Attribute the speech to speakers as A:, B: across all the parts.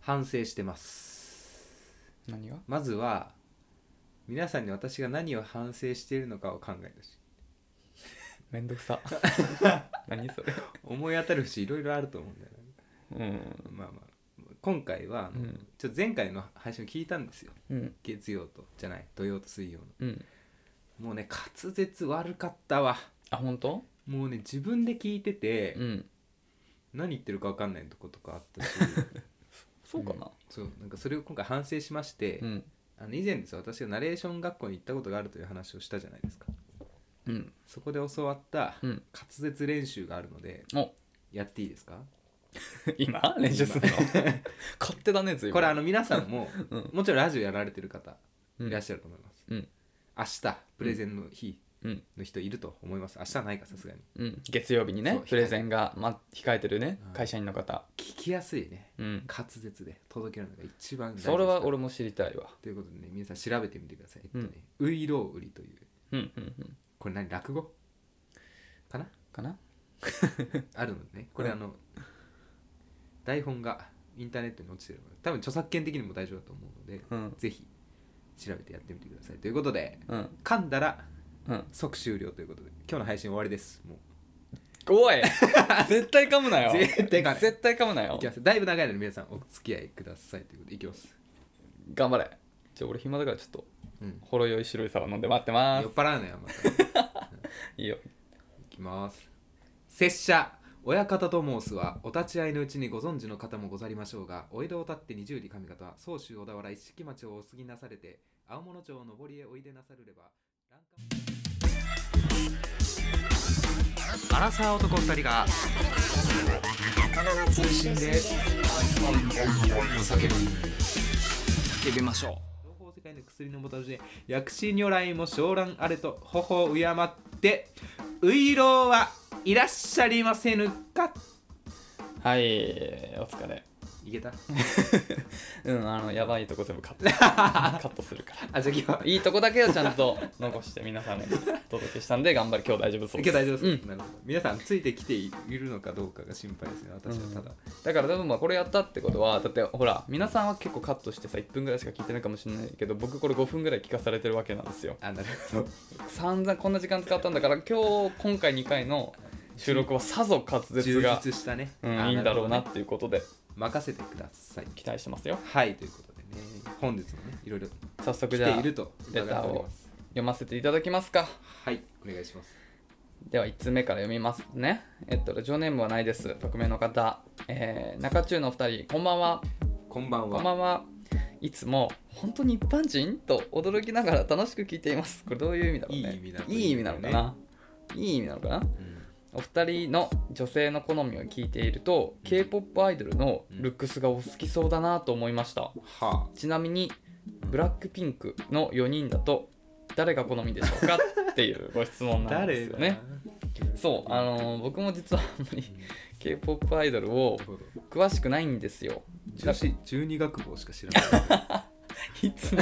A: 反省してます
B: 何が
A: まずは皆さんに私が何を反省しているのかを考えるし
B: めんど くさ何それ
A: 思い当たる節いろいろあると思うんだよね
B: うん
A: まあまあ今回はあの、
B: うん
A: ちょっと前回の配信を聞いたんですよ
B: うん
A: 月曜とじゃない土曜と水曜の
B: うん
A: もうね滑舌悪かったわ
B: あ本当
A: もうね自分で聞いてて、
B: うん
A: 何言ってるか分かんないとことかあ ったし
B: そうかな
A: そうなんかそれを今回反省しまして、
B: ん
A: あの以前ですね私がナレーション学校に行ったことがあるという話をしたじゃないですか
B: うん
A: そこで教わった
B: う
A: 滑
B: ん
A: 舌練習があるので、
B: お
A: やっていいですか
B: 今 練習するの勝手だね随分
A: これあの皆さんも、
B: うん
A: もちろんラジオやられてる方
B: うん
A: いらっしゃると思います、
B: うん
A: 明日プレゼンの日
B: うん
A: の人いると思います明日はないかさすがに
B: うん月曜日に
A: そ
B: ね
A: う
B: プレゼンが、ま、控えてるね
A: うん
B: 会社員の方
A: 聞きやすいね
B: うん
A: 滑舌で届けるのが一番大事ですか
B: そ
A: ら
B: れは俺も知りたいわ
A: ということでね皆さん調べてみてくださいえっとね「ういろう売り」という
B: うんうんうん
A: これ何落語か な
B: かな
A: あるのねこれあの、台本がインターネットに落ちてるので多分著作権的にも大丈夫だと思うので、
B: うん
A: ぜひ調べてやってみてくださいということで
B: うん
A: 噛んだら
B: うん
A: 即終了ということで今日の配信終わりですもう
B: おい絶対噛むなよ
A: 絶対噛む
B: 絶対噛むなよ
A: いきますだいぶ長いので皆さんお付き合いくださいということでいきます、
B: 頑張れじゃあ俺暇だからちょっと
A: うん、
B: ほろ酔い白い沢飲んで待ってま
A: 酔
B: す
A: っ払うなよまたい
B: いいよ
A: きます拙者親方と申すはお立ち会いのうちにご存知の方もござりましょうがお江戸を立って二十里上方総州小田原一色町をお過ぎなされて青物町を上りへおいでなさるれば欄干アラサー男二人が中心で叫ぶ
B: 呼びましょ
A: 情報世界の薬のもたで薬師如来も将来あれと頬を敬ってういろうはいらっしゃりませぬか
B: うはいお疲れ
A: いけた
B: うんあのやばいとこ全部 カットカットするから
A: あじゃあ今日はい
B: いとこだけをちゃんと残して皆さん にお届けしたんで頑張る今日大丈夫そう
A: い
B: で
A: け
B: す
A: 大丈夫です、
B: う
A: なるほど皆さんついてきているのかどうかが心配ですね私はただ、
B: だから多分まあこれやったってことはだってほら皆さんは結構カットしてさ1分ぐらいしか聞いてないかもしれないけど僕これ5分ぐらい聞かされてるわけなんですよ
A: あなるほど
B: 散々こんな時間使ったんだから今日今回2回の収録はさぞ滑舌
A: 充
B: が、
A: 実したね、
B: う
A: あ
B: ん、いいんだろうな
A: るほ
B: っていうことで
A: どね任せてください
B: 期待してますよ
A: はいということでね本日もねいろいろ
B: 早速
A: 来
B: じゃあ
A: ている
B: 読
A: と伺っております
B: ませていただきますか
A: はいお願いします
B: では1通目から読みますねえっとラジオネームはないです匿名の方、えー、中中のお二人こんばんは
A: こんばんは
B: こんばんはいつも本当に一般人と驚きながら楽しく聞いています。これどういう意味だろう
A: い
B: ね。
A: い意味だと
B: いい意味なのかな。いい意味なのかな。お二人の女性の好みを聞いていると、
A: うん
B: K-POP アイドルのルックスがお好きそうだなと思いました。
A: うんは
B: ちなみに
A: あ
B: ブラックピンクの4人だと誰が好みでしょうかっていうご質問なんですよね。そう、あのー僕も実はあんまり K-POP アイドルを
A: なるほど
B: 詳しくないんですよ。
A: 女子十二学坊しか知らない。
B: い つも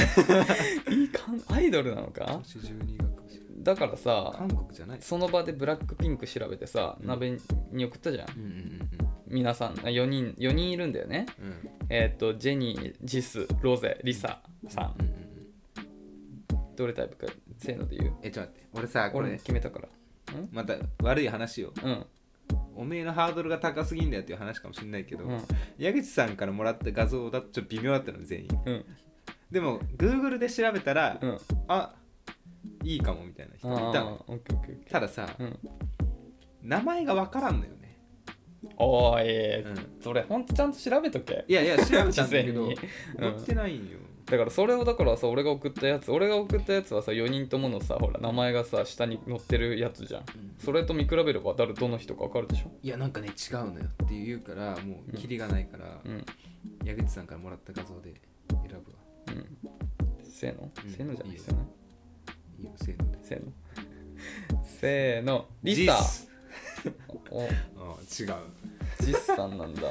B: いい感アイドルなのか
A: 女子十二学坊しか
B: だからさ
A: 韓国じゃない。
B: その場でブラックピンク調べてさ
A: うん
B: 鍋に送ったじゃん
A: うん
B: 皆さんあ4人4人いるんだよね
A: うんうんうん
B: えっ、とジェニージスロゼリサさん
A: うんうんうん。
B: どれタイプかせーので言う
A: えちょっと待って。俺さこ
B: 俺も
A: れ
B: 決めたから
A: また悪い話を。
B: うん
A: おめえのハードルが高すぎんだよっていう話かもしれないけど、
B: うん
A: 矢口さんからもらった画像だとちょっと微妙だったの全員。
B: うん
A: でも Google で調べたら、
B: うん
A: あいいかもみたいな人
B: あー
A: いたの。
B: オッケーオッケーオッケー
A: たださ
B: うん
A: 名前がわからんのよね。
B: おー
A: う
B: い、
A: ん。
B: それほんとちゃんと調べとけ
A: いやいや調べたんだけど
B: 事前にうん
A: 載ってないんよ。
B: だからそれをだからさ俺が送ったやつ俺が送ったやつはさ4人とものさほら名前がさ下に載ってるやつじゃん
A: うん
B: それと見比べれば誰どの人か分かるでしょ
A: いやなんかね違うのよって言うからもうキリがないから、
B: うん
A: 矢口さんからもらった画像で選ぶわ
B: うんせーの、
A: うん
B: せーのじゃない
A: いいよ
B: せーの
A: いいよせーので
B: せーのせーのリサ
A: ジス
B: お
A: あ違う
B: ジスさんな んだ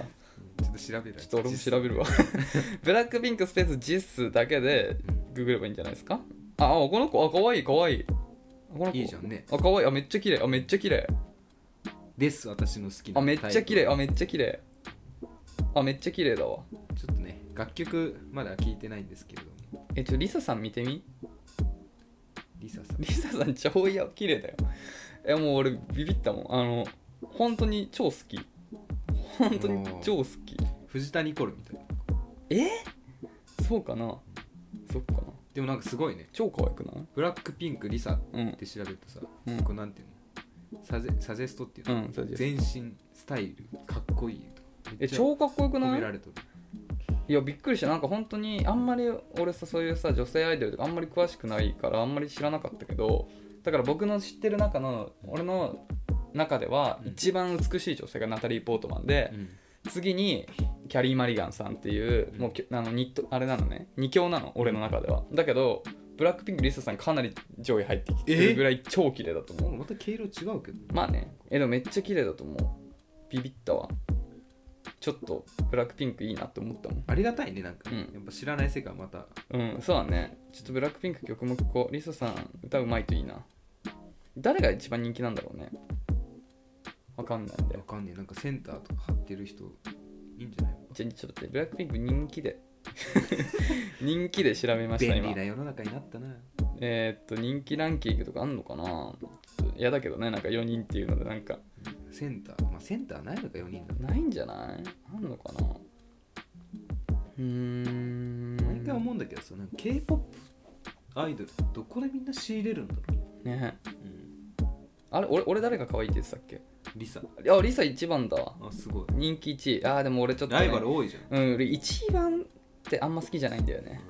A: ちょっと調べる
B: ちょっと俺も調べるわブラックピンクスペースジスだけでググればいいんじゃないですかああこの子あ可愛い可愛いこの子
A: いいじゃんね
B: あ可愛いあめっちゃ綺麗あめっちゃ綺麗
A: です私の好きな
B: あめっちゃ綺麗あめっちゃ綺麗あめっちゃ綺麗だわ
A: ちょっとね楽曲まだ聞いてないんですけれども
B: えちょリサさん見てみ
A: リサさん
B: リサさん超いや綺麗だよえもう俺ビビったもんあの本当に超好き本当に超好き
A: 藤田ニコルみたいな
B: えそうかなそっかな
A: でもなんかすごいね
B: 超可愛くない
A: ブラックピンクリサっ
B: うん
A: て調べるとさ、
B: うん
A: こうなんていうのサゼサジェストっていう
B: う
A: の、
B: んそうです
A: 全身スタイルかっこいいと
B: え超かっこよく
A: 褒
B: な
A: め
B: い
A: られてる
B: いやびっくりしたなんか本当にあんまり俺さそういうさ女性アイドルとかあんまり詳しくないからあんまり知らなかったけどだから僕の知ってる中の俺の中では
A: うん
B: 一番美しい女性がナタリー・ポートマンで、
A: うん
B: 次にキャリー・マリガンさんっていう
A: うん
B: もうきあのニットあれなのね二強なの俺の中ではだけどブラックピンクリサさんかなり上位入ってきてるぐらい超綺麗だと
A: なん
B: 思
A: か
B: う
A: また毛色違うけど
B: まあねえでもめっちゃ綺麗だと思うビビったわちょっとブラックピンクいいなって思ったもん
A: ありがたいねなんか、
B: うん
A: やっぱ知らない世界はまた
B: うんそうだねちょっとブラックピンク曲も聞こうリサさん歌うまいといいな誰が一番人気なんだろうねわかんないんだ
A: わ
B: よ
A: かんねえなんかセンターとか貼ってる人いいんじゃない
B: じゃあちょっと待ってブラックピンク人気で 人気で調べました
A: 便
B: 今
A: 利な世の中になったな
B: えーっと人気ランキングとかあんのかな嫌だけどねなんか4人っていうのでなんか
A: センターまあセンターないのか4人だ
B: ないんじゃないあんのかなうーん
A: 毎回思うんだけどさなんか K-POP アイドルどこでみんな仕入れるんだろ
B: ね
A: う、うん、
B: あれ俺俺誰が可愛いって言ってたっけ
A: リサ
B: あリサ一番だわ
A: あすごい
B: 人気1位あーでも俺ちょっと、
A: ラ
B: ね、
A: イバル多いじゃん
B: うん、俺一番ってあんま好きじゃないんだよね。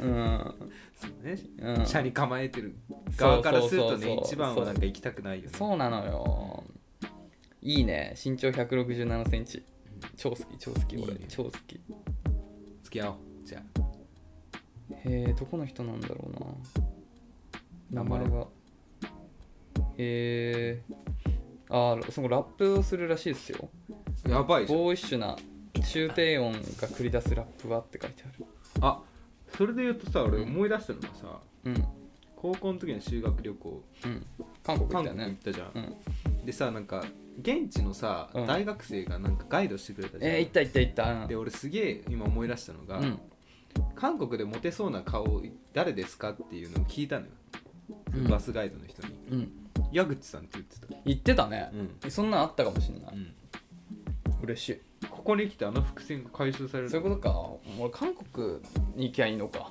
B: うん。
A: そうね
B: うん、
A: 車に構えてる側からすると
B: そう
A: ね
B: そうそうそう
A: 一番はなんか行きたくないよね
B: そうなのよ。いいね。身長167センチ。超好き、超好き、俺。
A: いいね
B: 超好き。へ
A: 付き合おうじゃあ
B: え、どこの人なんだろうな。名前が。へえ。あーそのラップをするらしいですよ。
A: やばいじゃん
B: ボーイッシュな中低音が繰り出すラップはって書いてある。
A: あそれで言うとさ俺思い出したのがさ
B: うん。
A: 高校の時の修学旅行
B: うん。韓国行
A: 韓
B: ったよ
A: 国行っ
B: ね。
A: たじゃん
B: うん、
A: でさなんか現地のさ、
B: うん
A: 大学生がなんかガイドしてくれたじゃん、
B: えー、行った行った行った。うん
A: で俺すげえ今思い出したのが、
B: うん。
A: 韓国でモテそうな顔誰ですかっていうのを聞いたのよ、
B: うん
A: バスガイドの人に
B: うん。
A: 矢口さんって言ってた
B: 言ってたね、
A: うん、
B: そんなんあったかもしれな
A: う
B: い
A: ん、
B: 嬉しい
A: ここに来てあの伏線が回収される
B: そういうことか俺韓国に行きゃいいの
A: と、
B: か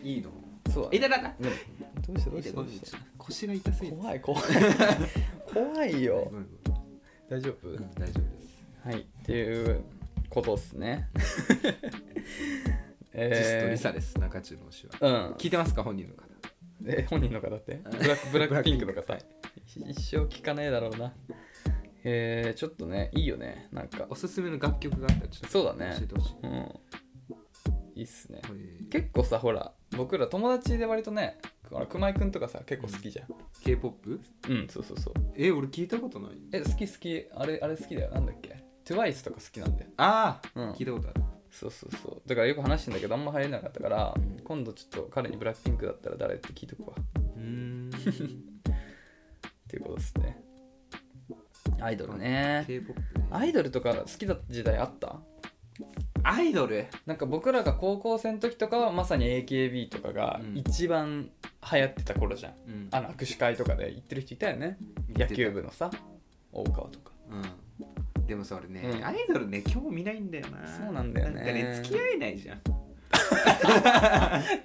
A: うん、いいの
B: そうだ、ね、
A: いただか
B: でもどうしてどう
A: い
B: して
A: たご
B: どう
A: めん
B: し
A: ち
B: て
A: ょっと腰が痛すぎて
B: 怖い怖い 怖いよ
A: ごめんご
B: 大丈夫
A: めんうん大丈夫です
B: はいっていうことっす ね
A: ジスト
B: え
A: リ
B: ー
A: サです中中の推しは
B: うん、
A: 聞いてますか本人の方
B: え本人の方ってブラックブラックピンクの
A: ブラッ
B: 方一生聞かねえだろうなえー、ちょっとねいいよねなんか
A: おすすめの楽曲があったらちょっと
B: そうだね
A: 教えてほしい
B: うんいいっすね
A: これ
B: 結構さほら僕ら友達で割とねあの熊井くんとかさ結構好きじゃ
A: K-POP?
B: んうんそうそうそう
A: え俺聞いたことない
B: え好き好きあれあれ好きだよなんだっけ TWICE とか好きなんだよ
A: ああ、
B: うん
A: 聞いたことある
B: そうそうそうだからよく話してんだけどあんま入れなかったから、
A: うん
B: 今度ちょっと彼にブラックピンクだったら誰って聞いとくわっ
A: うー ん
B: ていうことですねアイドルね
A: K-POP
B: アイドルとか好きだった時代あった
A: アイドル
B: なんか僕らが高校生の時とかはまさに AKB とかが
A: うん
B: 一番流行ってた頃じゃん、
A: うん
B: あの握手会とかで行ってる人いたよね野球部のさ大川とか
A: うんでもそれね、
B: うん
A: アイドルね興味ないんだよな
B: そうなんだよね
A: なんかね付き合えないじゃん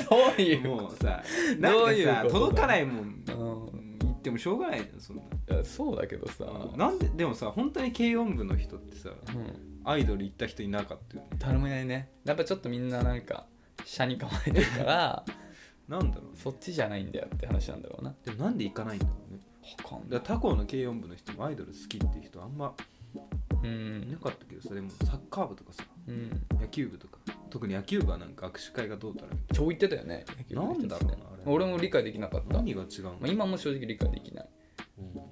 B: どういう
A: もう さな
B: どういう
A: か
B: ん
A: さ
B: ことだ
A: 届かないもん
B: うん
A: 言ってもしょうがないじゃんそんな、
B: いやそうだけどさ、
A: なんででもさ本当に軽音部の人ってさ
B: うん、
A: アイドル行った人いなかったよね
B: 誰もいないねやっぱちょっとみんななんか車に構えてるから
A: なんだろうね
B: そっちじゃないんだよって話なんだろうな
A: でもなんで行かないんだろうね
B: 他
A: だから他校の軽音部の人もアイドル好きっていう人あんま
B: う
A: いなんかったけどさでもサッカー部とかさ
B: うん
A: 野球部とか特に野球部はなんか握手会がどうたらみたい
B: 超言ってたよね
A: なんだろうなあれ
B: 俺も理解できなかった、
A: な
B: ま
A: 何が違うの、
B: あ、今も正直理解できない
A: うんほん
B: うん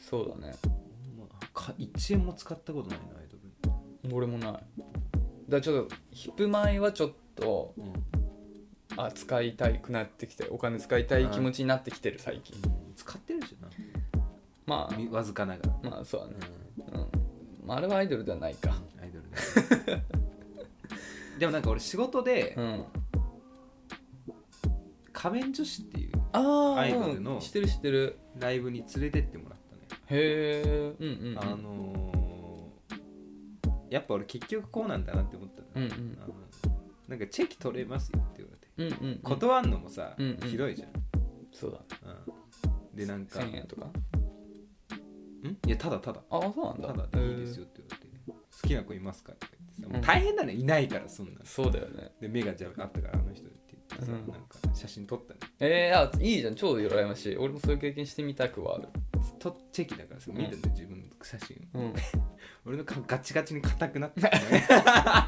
B: そうだね
A: まか1円も使ったことないなアイドル
B: 俺もないだからちょっとヒップマイはちょっと
A: うん
B: あ使いたくなってきてお金使いたい気持ちになってきてる最近
A: 使ってるし
B: ま
A: なみわずかながら、
B: あまあそうだね
A: う
B: うんまあ、あれはアイドルではないか
A: ん、アイドル でもなんか俺仕事で
B: うん、
A: 仮面女子っていう
B: ああ
A: アイドルの
B: 知ってる知ってる
A: ライブに連れてってもらったね
B: へえうんうんうん
A: あのーやっぱ俺結局こうなんだなって思ったの、
B: うんうん
A: あのなんかチェキ取れますよって言われて、
B: うんうん
A: 断んのもさ、
B: うんうん
A: ひどいじゃん、
B: そうだ
A: うんでなんか
B: 1000円とか
A: んいやただただ
B: ああそうなん
A: た
B: だ
A: だでいいですよって言われて好きな子いますかって言ってさもううん大変だねいないからそんなの
B: へーそうだよね
A: で目がじゃあったからあの人って言ってさ、
B: うん
A: なんか写真撮ったね
B: えー、あいいじゃん超羨ましい俺もそういう経験してみたくはある
A: とチェキだからさ見るんで自分の写真
B: うん
A: 俺の顔ガチガチに硬くなってたね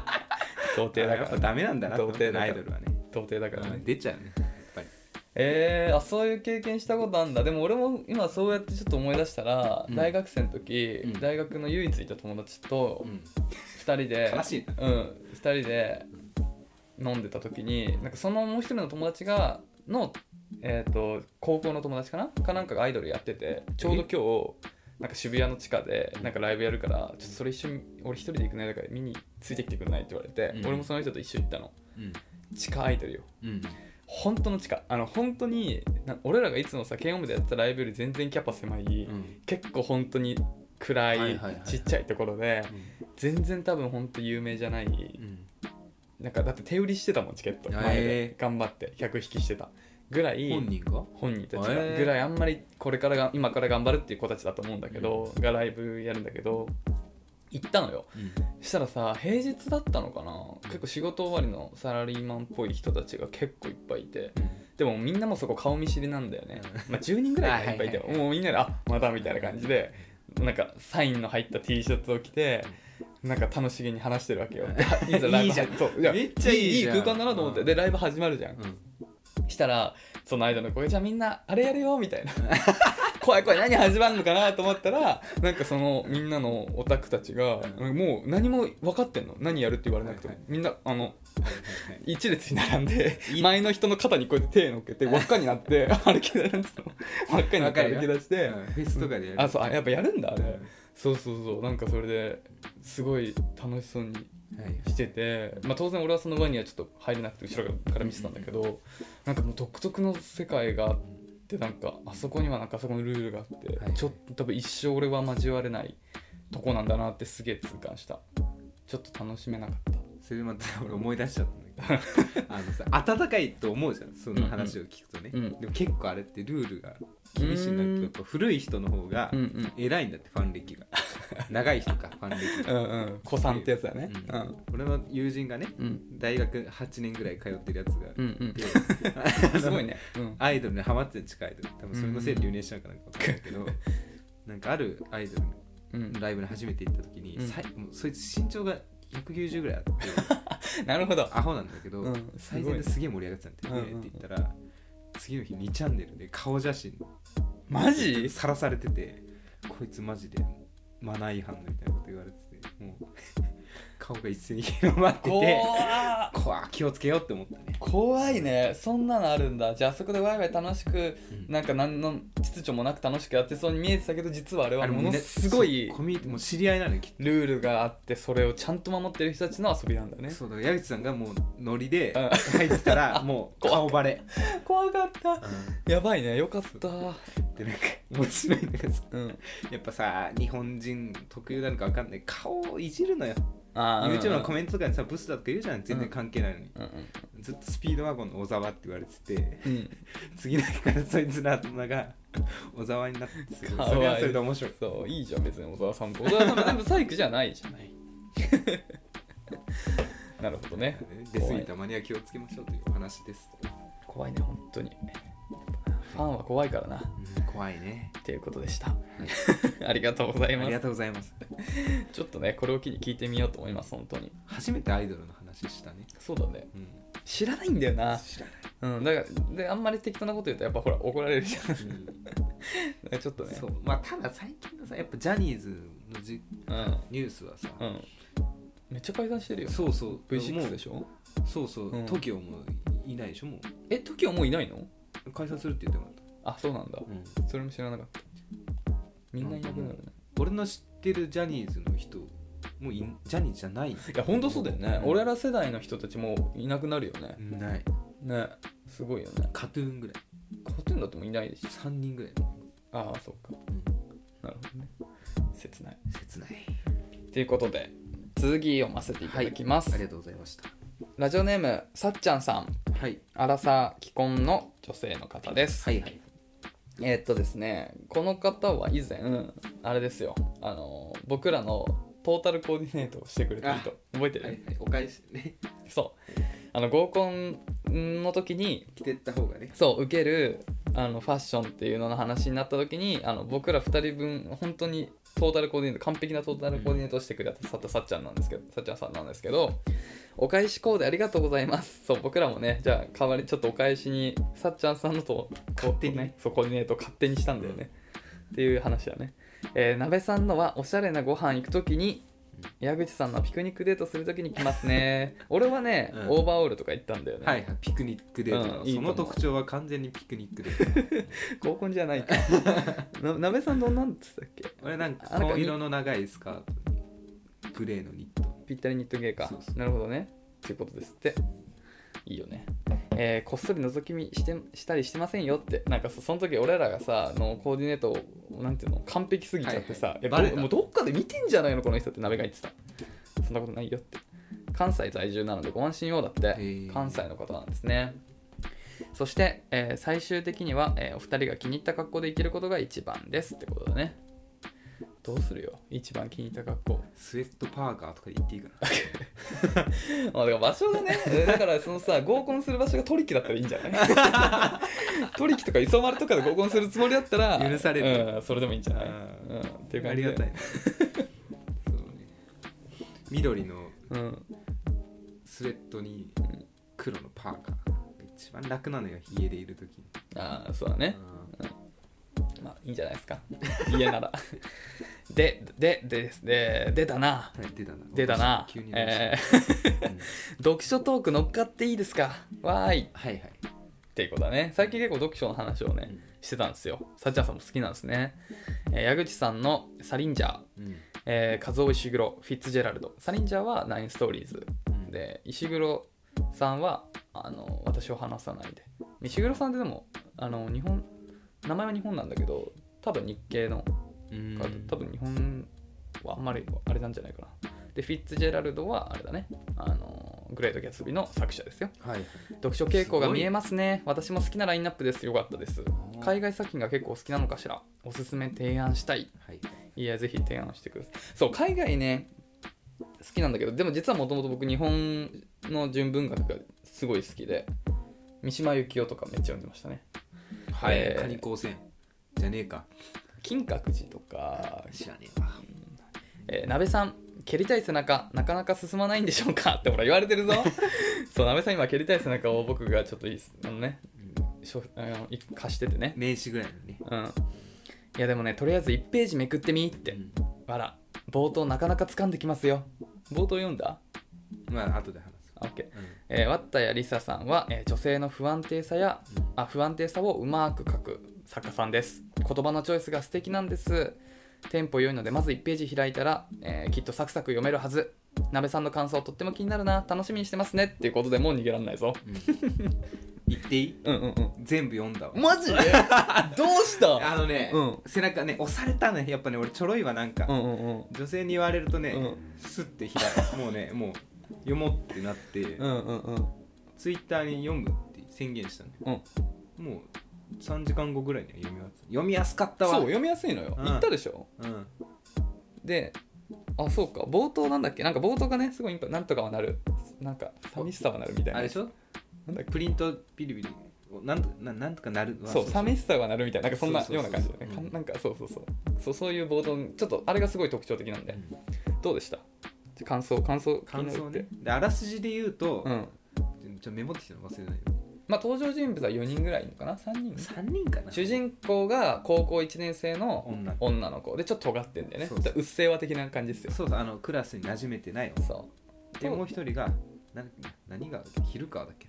B: 童貞だ
A: やっ
B: か
A: ぱ
B: ら
A: ダメなんだなって思っ
B: 童
A: て
B: 貞だか
A: ア
B: ら
A: イドルはね
B: 童貞だからね
A: 出ちゃうねやっぱり
B: えー、あそういう経験したことあんだでも俺も今そうやってちょっと思い出したら、
A: うん
B: 大学生の時、
A: うん
B: 大学の唯一いた友達と
A: うん
B: 2人で
A: 悲しいな
B: うん2人で飲んでた時になんかそのもう一人の友達がの、えー、と高校の友達かなかなんかがアイドルやっててちょうど今日なんか渋谷の地下でなんかライブやるからちょっとそれ一緒に俺一人で行くねだから見についてきてくれないって言われて、
A: うん
B: 俺もその人と一緒に行ったの
A: うん
B: 地下アイドルよ
A: うん
B: 本当の地下あの本当にな俺らがいつもさ軽音部でやってたライブより全然キャパ狭い、
A: うん
B: 結構本当に暗い,、
A: はいはいはい
B: ちっちゃいところで全然多分本当有名じゃない、
A: うん
B: なんかだって手売りしてたもんチケット
A: へー
B: 前で頑張って100引きしてたぐらい
A: 本人が
B: 本人たちが
A: へー
B: ぐらいあんまりこれからが今から頑張るっていう子たちだと思うんだけど、がライブやるんだけど行ったのよしたらさ平日だったのかな結構仕事終わりのサラリーマンっぽい人たちが結構いっぱいいてでもみんなもそこ顔見知りなんだよね、まあ、10人ぐらいがいっぱいいて
A: はいはいはい
B: もうみんなで「あまた」みたいな感じでなんかサインの入った T シャツを着てなんか楽しげに話してるわけよいざラ
A: い
B: イブ
A: いじゃん
B: そう
A: めっちゃいいじゃん
B: いい空間だなと思って、
A: うん
B: でライブ始まるじゃん、
A: うん
B: したらその間の子が「じゃあみんなあれやるよ」みた いな怖い怖い何始まるのかなと思ったらなんかそのみんなのオタクたちが
A: う
B: もう何も分かってんの何やるって言われなくても、
A: はいは
B: みんなあの一列に並んで前の人の肩にこうやって手乗っけて輪っかになって 歩き出すの輪っかになって歩き出して、
A: うんフェスとかでやる
B: あそうあやっぱやるんだあれ、
A: うん
B: そうそうそうなんかそれですごい楽しそうに
A: はい
B: してて、まあ、当然俺はその輪にはちょっと入れなくて後ろから見てたんだけどなんかもう独特の世界があってなんかあそこにはなんかあそこのルールがあって、
A: はい
B: ちょっと多分一生俺は交われないとこなんだなってすげえ痛感したちょっと楽しめなかった
A: それでまた俺思い出しちゃったんだけど あのさ温かいと思うじゃんその話を聞くとね、
B: うんうん
A: でも結構あれってルールが厳しいんだけ
B: うん
A: どやっぱ古い人の方が
B: うんうん
A: 偉いんだってファン 歴が長い人かファン歴
B: う
A: が、
B: んうん子さんってやつだね
A: うん俺の友人がね
B: うん
A: 大学8年ぐらい通ってるやつが、
B: うんうん
A: で
B: すごいねうん
A: アイドルにハマってる近いアイドル多分それのせいで留年したのかなんかわかんないけど、なんかあるアイドルの
B: うん
A: ライブに初めて行った時に、
B: うん
A: さいもうそいつ身長が190ぐらいあって
B: なるほど
A: アホなんだけど、
B: うんすご
A: 最
B: い
A: 前ですげえ盛り上がってたんだよね、
B: うんうんうん
A: って言ったら次の日2チャンネルで顔写真
B: マジ
A: さらされててこいつマジでマナー違反だみたいなこと言われててもう 顔が一斉に広まって
B: 怖
A: て
B: ー
A: こわ気をつけようって思ったね、
B: 怖いねそんなのあるんだじゃああそこでワイワイ楽しくなんか何の秩序もなく楽しくやってそうに見えてたけど実はあれはものすごい
A: コミュニティもう知り合いなのよきっ
B: ルールがあってそれをちゃんと守ってる人たちの遊びなんだ
A: と
B: ね
A: そうだから矢口さんがもうノリで
B: うん
A: 入ってた らもう顔バレ、
B: 怖かったやばいねよかった
A: でなんか面白いのがさ
B: うん
A: やっぱさ日本人特有なのかわかんない顔をいじるのよ
B: あ
A: YouTube のコ
B: メ
A: メ
B: ン
A: ントとかにさブスだとか言うじゃん全然関係ないのに、
B: トうん
A: ずっとスピードワゴンの小沢って言われて て
B: うんうん
A: 次の日からそいつの頭が小沢になってすごい
B: かわいい
A: それはそれで面白い
B: そういいじゃん別に小沢さんも小沢さんも全部サイクじゃないじゃない なるほどね
A: 出過ぎたマニア気をつけましょうというお話です、
B: 怖いね本当にファンは怖いからなっ
A: うん怖いね
B: ていうことでした ありがとうござい
A: あ
B: ま
A: りが
B: す
A: とうございます
B: ちょっとねこれを機に聞いてみようと思います本当に
A: 初めてアイドルの話したね、
B: そうだね
A: うん、
B: 知らないんだよな
A: 知らない、
B: うんだからであんまり適当なこと言うとやっぱほら怒られるじゃん だか
A: うん
B: らちょっとね
A: そうまあただ最近のさやっぱジャニーズのじ
B: うん
A: ニュースはさ、
B: うんめっちゃ解散してるよ
A: そうそう
B: V6 で
A: し
B: しょ
A: ょそうそう、
B: うん
A: TOKIO もいないでしょも
B: え TOKIO もういないの
A: う解散するって言ってもらっ
B: あそうなんだ
A: た、うん
B: それも知らなかったみんないなくなるね
A: 俺の知ってるジャニーズの人もういジャニーじゃない
B: いや本当そうだよね、
A: うん
B: 俺ら世代の人たちもういなくなるよね
A: ない
B: ねすごいよね
A: カトゥーンぐらい
B: カトゥーンだってもういないでしょ
A: 3人ぐらい、
B: ああそっか
A: うん、
B: なるほどね切ない
A: 切ない
B: ということで次読ませていただきます、
A: ありがとうございました
B: ラジオネームさっちゃんさん
A: はい
B: アラサー既婚の女性の方です、
A: はいはい
B: えーっとですねこの方は以前あれですよあの僕らのトータルコーディネートをしてくれた人覚えてる、
A: はいはいお返しね
B: そうあの合コンの時に
A: 着てった方がね
B: そう受けるあのファッションっていうのの話になった時にあの僕ら2人分本当にトータルコーディネート完璧なトータルコーディネートをしてくれたさったさっちゃんなんですけどさっちゃんさんなんですけどお返しコーデありがとうございますそう僕らもねじゃあ代わりちょっとお返しにさっちゃんさんのと
A: 勝手に
B: こうねそうコーディネートを勝手にしたんだよね、っていう話だねえー、鍋さんのはおしゃれなご飯行く時に矢口さんのピクニックデートする時に来ます ね俺はね、
A: うん
B: オーバーオールとか行ったんだよね、
A: はいはいピクニックデートの、
B: うんいいと
A: そ
B: 思
A: の
B: う
A: 特徴は完全にピクニックデート
B: 合コンじゃないかななべさんどんなんつったっけ
A: 俺なんか
B: あなんか
A: 紺色の長いスカートにグレーのニット
B: ぴったりニットゲーか
A: そうそう
B: なるほどねっていうことですっていいよねえーこっそり覗き見してしたりしてませんよってなんかそその時俺らがさあのコーディネートをなんていうの完璧すぎちゃって
A: はい
B: さ
A: はい
B: いや
A: バレた
B: どもうどっかで見てんじゃないのこの人って鍋が言ってたそんなことないよって関西在住なのでご安心をだって
A: ー
B: 関西の方なんですねそして、えー最終的には、えーお二人が気に入った格好でいけることが一番ですってことだねどうするよ一番気に入った格好
A: スウェットパーカーとかで言っていいかな
B: まあ、だから場所がねだからそのさ合コンする場所がトリキだったらいいんじゃない トリキとか磯丸とかで合コンするつもりだったら
A: 許される、
B: うん、それでもいいんじゃない、
A: あ
B: うん、っ
A: ー
B: ていう感
A: あ
B: じ
A: り
B: で
A: がたい、ね、そうね緑の
B: うん、
A: スウェットに黒のパーカー一番楽なのよ家でいる時に
B: ああそうだね
A: うん
B: まあいいんじゃないですか家ならでででですで出たな
A: はい出たな
B: 出たな
A: 急に、
B: え
A: ーうん
B: ー読書トーク乗っかっていいですかわーいっ
A: はいはい
B: ていうことだね最近結構読書の話をね、
A: うん
B: してたんですよさっちゃんさんも好きなんですね、えー矢口さんの「サリンジャー」
A: うん
B: えー、カズオ・イシグロフィッツジェラルドサリンジャーはナインストーリーズ
A: うん
B: で石黒さんはあの私を離さないで石黒さんってでもあの日本名前は日本なんだけど多分日系の
A: うん
B: 多分日本はあんまりあれなんじゃないかなでフィッツジェラルドはあれだねあのグレート・ギャツビーの作者ですよ
A: はい
B: 読書傾向が見えますね私も好きなラインナップですよかったです
A: ー
B: 海外作品が結構好きなのかしらおすすめ提案したい
A: はい
B: いや、ぜひ提案してください。そう、海外ね、好きなんだけど、でも実はもともと僕、日本の純文学がすごい好きで、三島由紀夫とかめっちゃ読んでましたね。
A: はい、
B: えー
A: カニ光線じゃねえか
B: 金閣寺とか、
A: 知らねえわ
B: えー、鍋さん、蹴りたい背中、なかなか進まないんでしょうか ってほら言われ てるぞ。そう、鍋さん、今、蹴りたい背中を僕がちょっといいっすあのね、しょあのい貸しててね。
A: 名刺ぐらいのね
B: うん。いや、でもね、とりあえず1ページめくってみって。
A: うん
B: わら、冒頭なかなか掴んできますよ。冒頭読んだ
A: まあ後で話す
B: あ ?OK。
A: うん
B: えー、ワッタやリサさんは、えー女性の不安定さやあ不安定さをうまく書く作家さんです言葉のチョイスが素敵なんですテンポ良いのでまず1ページ開いたら、えーきっとサクサク読めるはず鍋さんの感想とっても気になるな楽しみにしてますねっていうことでもう逃げられないぞ
A: うん言っていい
B: うんうんう
A: 全部読んだわ
B: マジで どうした
A: あのね、
B: うん
A: 背中ね押されたねやっぱね俺ちょろいわなんか、
B: うんうんうん
A: 女性に言われるとね、
B: うん
A: スッて開 いもうねもう読もうってなって、
B: うんうんうん
A: ツイッターに読むって宣言したのよ
B: うん
A: もう3時間後ぐらいには読み終わった読みやすかった
B: そう
A: わ
B: 読みやすいのよ
A: うん
B: 言ったでしょ
A: うん
B: であそうか冒頭なんだっけなんか冒頭がねすごいインパなんとかはなるなんか寂しさはなるみたいな
A: あれでしょ
B: なんだっけ
A: プリントビリビリをなんとななんとかなる
B: そう寂
A: し
B: しさがなるみたいななんかそんな
A: そうそ
B: よ
A: う
B: う
A: そ
B: な
A: う
B: 感じだね
A: うん
B: かなんかそうそうそうそうそういうボードちょっとあれがすごい特徴的なんで、どうでしたじゃ感想感想
A: 感
B: 気に
A: 想
B: なるっ
A: ね
B: て
A: であらすじで言うと、
B: うん
A: ちょメモってきたの忘れないよ
B: まあ登場人物は4人ぐらいいるのかな3人
A: 3人かな
B: 主人公が高校1年生の
A: 女
B: 女の子でちょっと尖ってんだよね
A: そううそう
B: っせぇわ的な感じですよ
A: そうそうあのクラスに馴染めてない
B: そう
A: でもう一人がな何川だっけ昼川だっけ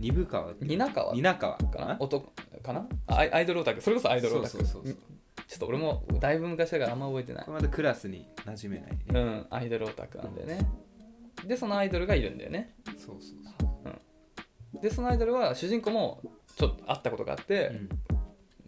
A: 二部川だっけ
B: 蜷川
A: 蜷川か
B: かな
A: な
B: 男かなあアイアイドルオタクそれこそアイドルオタク
A: そうそうそうそう
B: ちょっと俺もだいぶ昔だからあんま覚えてない
A: これまだクラスに馴染めない、
B: うんアイドルオタクなんだよねでそのアイドルがいるんだよね
A: そうそうそう、
B: でそのアイドルは主人公もちょっと会ったことがあって、
A: うん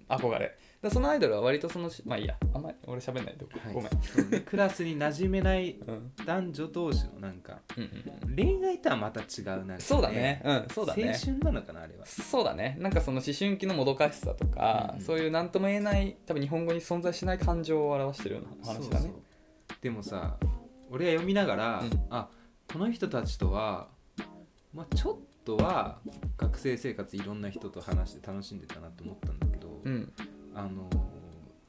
B: 憧れでそのアイドルは割とそのしまあいいやあんまり俺喋んないでおく、
A: はい
B: ごめん、
A: そうねクラスに馴染めない
B: うん
A: 男女同士のなんか
B: うんうん
A: 恋愛とはまた違うなんか、
B: うん、そうだねうんそうだね
A: 青春なのかなあれは
B: そうだねなんかその思春期のもどかしさとか、
A: うんうん
B: そういう何とも言えない多分日本語に存在しない感情を表してるような話だ
A: そうそ
B: ね
A: うでもさ俺は読みながら、
B: うん
A: あこの人たちとはまあちょっとは学生生活いろんな人と話して楽しんでたなと思ったんだけど、
B: うん
A: あの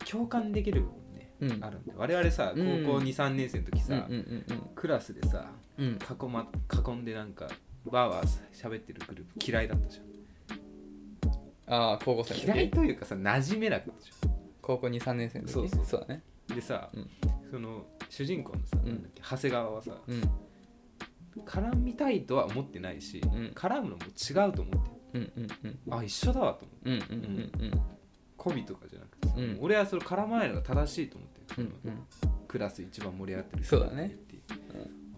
A: 共感できる部分ね、
B: うん
A: あるんだよ我々さ高校
B: うん
A: 23年生の時
B: う
A: さ、
B: んうんうん
A: クラスでさ
B: うんうん
A: 囲,、ま、囲んでなんかバーバー喋ってるグループ嫌いだったじゃん
B: ああ高校生の
A: 嫌い
B: 時
A: というかさ馴染めなかったじ
B: 高校23年生の時
A: そうそう
B: だね
A: ゃんでさ、
B: うん
A: その主人公のさ、
B: うん
A: なんだっけ長谷川はさ、
B: うん
A: 絡みたいとは思ってないし、
B: うん
A: 絡むのも違うと思って
B: うんうんうん
A: あ一緒だわと思って
B: うんうんうんうん
A: 媚びとかじゃなくてさ、
B: うん
A: 俺はそれ絡まないのが正しいと思ってる、
B: うんうん
A: クラス一番盛り上がってる
B: そうだね
A: っていう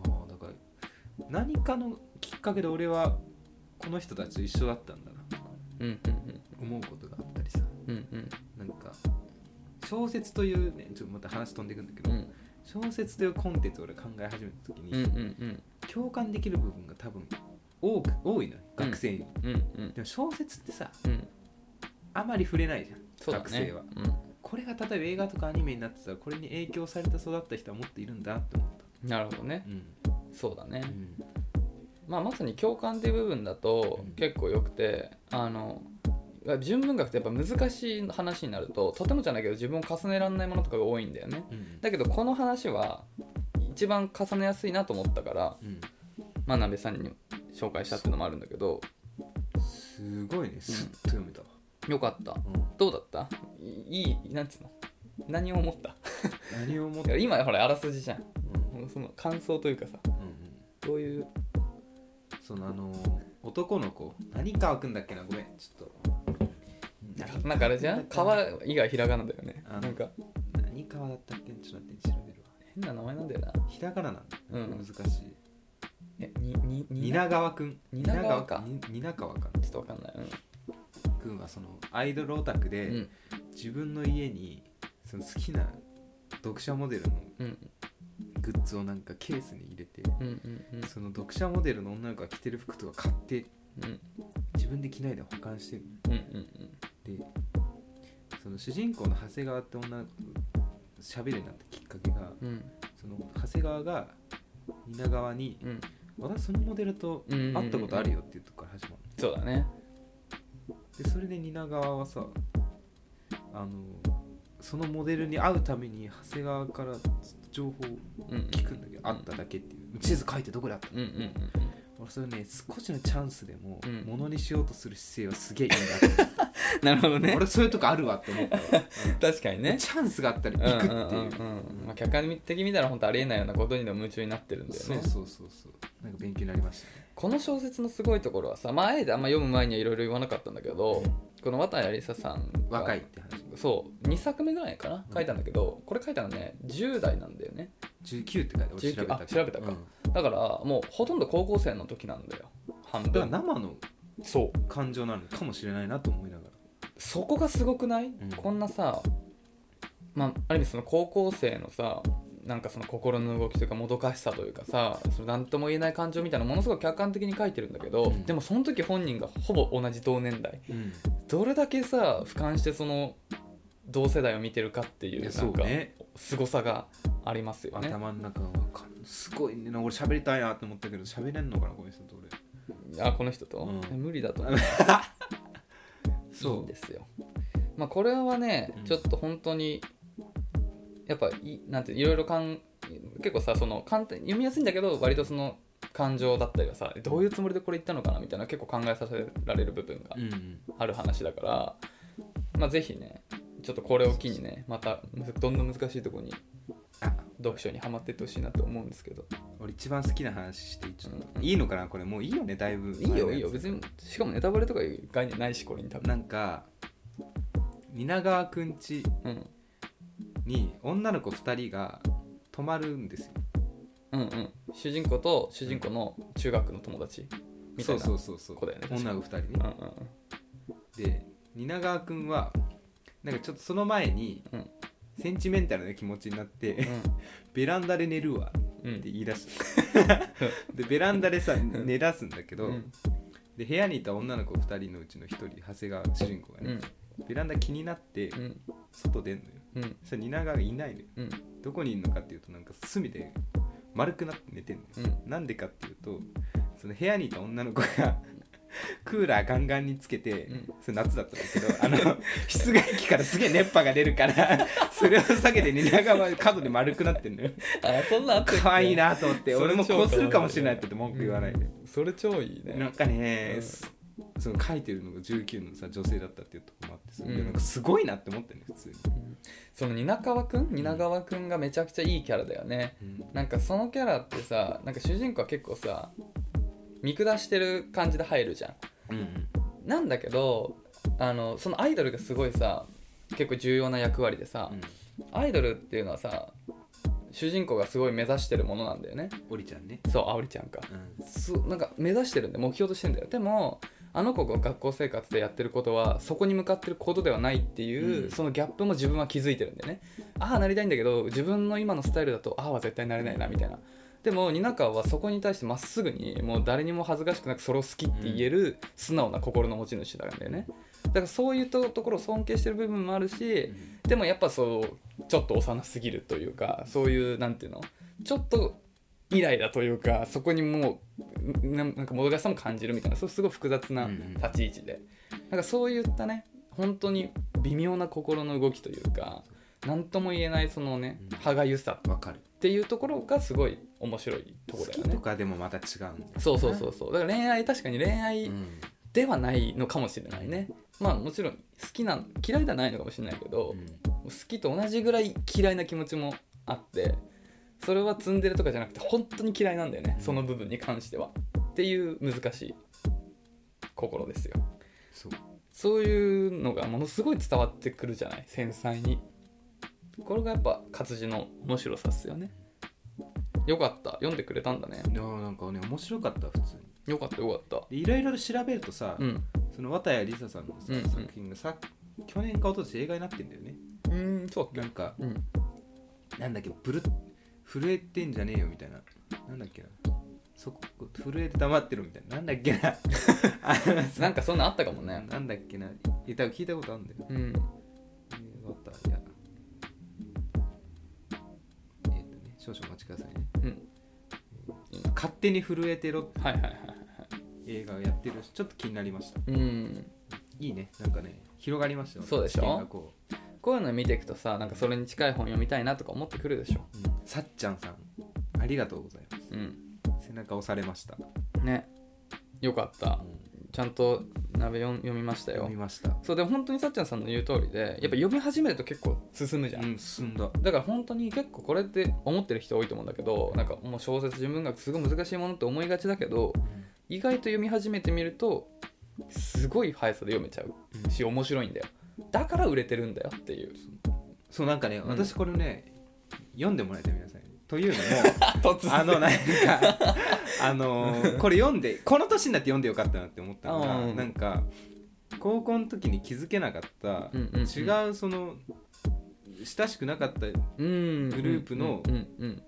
A: ああだから何かのきっかけで俺はこの人たちと一緒だったんだなとか
B: うん
A: 思うことがあったりさ
B: うんうんうん
A: なんか小説というねちょっとまた話飛んでいくんだけど、
B: うん
A: 小説というコンテンツを俺考え始めた時に、
B: うんうん
A: 共感できる部分が多分多く多いのよ学生に、
B: うんうん
A: でも小説ってさ
B: うん
A: あまり触れないじゃん、
B: そうだね
A: 学生はこれが例えば映画とかアニメになってたらこれに影響されて育った人はもっといるんだって思った
B: うんなるほどね
A: うん
B: そうだね
A: うん
B: まあまさに共感っていう部分だと
A: うん
B: 結構よくてあの純文学ってやっぱ難しい話になるととてもじゃないけど自分を重ねられないものとかが多いんだよね
A: うん
B: だけどこの話は一番重ねやすいなと思ったから
A: うん
B: 真鍋さんに紹介したっていうのもあるんだけど
A: すごいねスッと読めたわ、
B: よかった
A: うん
B: どうだったいいいなんつうの何を思った
A: 何を思っ
B: い
A: て
B: や今ほらあらすじじゃん
A: うんうん
B: その感想というかさ
A: うん
B: どういう
A: そのあのー男の子何川くんだっけなごめんちょっと
B: なんかあれじゃん
A: 川
B: 川以外ひらがなだよね
A: あの
B: なんか
A: 何川だったっけちょっと待って調べるわ
B: 変な名前なんだよな
A: ひらがななんだ、
B: うん
A: 難しい
B: えににに
A: 蜷川くん
B: 蜷川か
A: 蜷川に蜷川か
B: ちょっとわかんない
A: くんはそのアイドルオタクで、
B: うんうん
A: 自分の家にその好きな読者モデルの
B: うん
A: グッズをなんかケースに入れて
B: うんうんうん
A: その読者モデルの女の子が着てる服とか買って
B: うん
A: 自分で着ないで保管してる
B: うんうん
A: でその主人公の長谷川って女の子喋るようになったきっかけが
B: うん
A: その長谷川が蜷川に
B: うん
A: 「私そのモデルと
B: うん
A: 会ったことあるよ」っていうとこから始まる
B: そうだね
A: でそれで蜷川はさあのそのモデルに会うために長谷川から情報を
B: うんうん
A: 聞くんだけど会っただけっていう地図書いてどこで会ったの
B: うんうんうん
A: 俺それね少しのチャンスでも
B: うん
A: ものにしようとする姿勢はすげえいいなって
B: なるほど ね
A: 俺そういうとこあるわって思ったわ、
B: 確かに
A: うん
B: ね
A: チャンスがあったら
B: う
A: 行
B: ん
A: く
B: うん
A: って
B: う
A: い
B: ん
A: う
B: うんまあ客観的に見たら本当ありえないようなことにでも夢中になってるんだよ
A: そう
B: ね
A: そうそうそうなんか勉強になりましたね
B: この小説のすごいところはさまああえてあんま読む前にはいろいろ言わなかったんだけどこの綿谷りささんが
A: 若いって話
B: そう2作目ぐらいかな
A: うん
B: 書いたんだけど、これ書いたのね10代なんだよね
A: 19って書いて俺調べた
B: 19あ調べたかだからもうほとんど高校生の時なんだよ半
A: うんだから
B: 分
A: 生の
B: そう
A: 感情なのかもしれないなと思いながら
B: そこがすごくない、
A: ん
B: こんなさまあある意味その高校生のさなんかその心の動きというかもどかしさというかさその何とも言えない感情みたいなものすごく客観的に書いてるんだけど、
A: うん
B: でもその時本人がほぼ同じ同年代
A: うん
B: どれだけさ俯瞰してその同世代を見てるかってい
A: いうや
B: な
A: そ
B: ん
A: う
B: か
A: ね
B: 凄さがありますよね。
A: 頭の中は分かるすごいね俺喋りたいなって思ったけど喋れんのかなこの人と俺
B: あこの人と、
A: うん
B: 無理だと思う
A: そう
B: いいんですよ。まあこれはね、
A: うん
B: ちょっと本当にやっぱいなんていろいろかん結構さその簡単読みやすいんだけど割とその感情だったりはさどういうつもりでこれ言ったのかなみたいな結構考えさせられる部分が
A: うん
B: ある話だから、まあ、ぜひねちょっとこれを機にねまたむずどんどん難しいところに
A: あ
B: 読書にはまっていってほしいなと思うんですけど
A: 俺一番好きな話していいちょっと
B: うん
A: いいのかなこれもういいよねだいぶ
B: いい
A: 前
B: よ
A: のやつ
B: いいよ別にしかもネタバレとかいう概念ないしこれに多分
A: なんか蜷川くんち
B: うん
A: に女の子2人が泊まるんですよ
B: うんうん主人公と主人公の中学の友達みた
A: そ
B: いうな
A: そうそうそう
B: 子だよね
A: 女の子2人
B: う
A: ね
B: んうんうん
A: で蜷川君はなんかちょっとその前に、
B: うん
A: センチメンタルな気持ちになって、ベランダで寝るわっ
B: うんうん
A: て言い出した でベランダでさ寝だすんだけど、
B: うん
A: で部屋にいた女の子2人のうちの1人長谷川主人公が
B: う
A: ね、
B: ん
A: ベランダ気になって
B: うん
A: 外出んのよ
B: うん
A: そしたら蜷川がいないのよ
B: うん
A: どこにいるのかっていうとなんか隅で丸くなって寝てんのよ、なんでかっていうとその部屋にいた女の子がクーラーガンガンにつけて、
B: うん
A: それ夏だったんだけどあの 室外機からすげえ熱波が出るから それを避けて蜷川は角で丸くなってんのよ
B: あそんなんあったっけ
A: 可愛いなと思って
B: それ
A: 俺もこうするかもしれないって言って文句言わないで、
B: それ超いいね
A: なんかね、
B: うん
A: すその書いてるのが19のさ女性だったっていうとこもあってさ、
B: うん
A: いやなんかすごいなって思ったね普通に、
B: その蜷川くん蜷川くんがめちゃくちゃいいキャラだよねなんかそのキャラってさなんか主人公は結構さ見下してる感じで入るじゃん
A: うん
B: なんだけどあのそのアイドルがすごいさ結構重要な役割でさ、アイドルっていうのはさ主人公がすごい目指してるものなんだよね
A: おりちゃんね、
B: そうあおりちゃんか
A: うん
B: そうなんか目指してるんだよ目標としてんだよでもあの子が学校生活でやってることはそこに向かってることではないっていう、
A: うん
B: そのギャップも自分は気づいてるんだよねああなりたいんだけど自分の今のスタイルだとああは絶対なれないなみたいなでも蜷川はそこに対してまっすぐにもう誰にも恥ずかしくなくそれを好きって言える素直な心の持ち主なんだよねだからそういうところを尊敬してる部分もあるしでもやっぱそうちょっと幼すぎるというかそういうなんていうのちょっとイライラというかそこにもうななんかもどかしさも感じるみたいなそうすごい複雑な
A: うんうん
B: 立ち位置で、なんかそういったね本当に微妙な心の動きというか何とも言えないそのね
A: うん
B: 歯がゆさ
A: わかる
B: っていうところがすごい面白いと
A: 好
B: ころだよ
A: き
B: ね
A: と。かでもまた違うんだ
B: そうそうそうそうだから恋愛確かに恋愛
A: うん
B: ではないのかもしれないねまあもちろん好きな嫌いではないのかもしれないけど、
A: うん
B: 好きと同じぐらい嫌いな気持ちもあってそれはツンデレとかじゃなくて本当に嫌いなんだよね、
A: うん
B: その部分に関してはっていう難しい心ですよ
A: そう
B: そういうのがものすごい伝わってくるじゃない繊細にこれがやっぱ活字の面白さっすよねよかった読んでくれたんだね
A: いやなんかね面白かった普通に
B: よかったよかっ
A: でいろいろ調べるとさ、
B: たうん
A: その綿谷りささんのさ、
B: うんうん
A: 作品がさ去年か一昨年映画になってんだよね
B: うんそうだ
A: な
B: っ
A: んか
B: けうん
A: なんだっけブル震えてんじゃねえよみたいななんだっけなそこ震えて黙ってるみたいななんだっけなあのさ
B: なんかそんなんあったかもね
A: なんだっけないや多分聞いたことあるんだよ
B: うん
A: えー綿谷えっ、とね少々お待ちくださいね
B: うん
A: 勝手に震えてろって
B: はいはいはいはい
A: 映画をやってるしちょっと気になりました
B: うん
A: いいねなんかね広がりましたよね
B: そうでしょ
A: 知見がこう
B: こういうの見ていくとさなんかそれに近い本読みたいなとか思ってくるでしょ
A: うんさっちゃんさんありがとうございま
B: うん
A: す背中押されました、
B: ねよかったちゃんと鍋読読みました
A: 読
B: よ
A: みました
B: そうでも本当にさっちゃんさんの言う通りでやっぱ読み始めると結構進むじゃん、
A: うん進んだ
B: だから本当に結構これって思ってる人多いと思うんだけどなんかもう小説純文学すごい難しいものって思いがちだけど意外と読み始めてみるとすごい速さで読めちゃうし面白いんだよだから売れてるんだよっていう
A: そうなんかね、
B: ん
A: 私これね読んでもらいたい皆さんにと いうのも
B: 突然
A: あのなんかあのーこれ読んでこの年になって読んでよかったなって思ったのが、
B: うん
A: なんか高校の時に気づけなかった、
B: うんうんうん
A: 違うその親しくなかった
B: うん
A: グループの
B: うんうん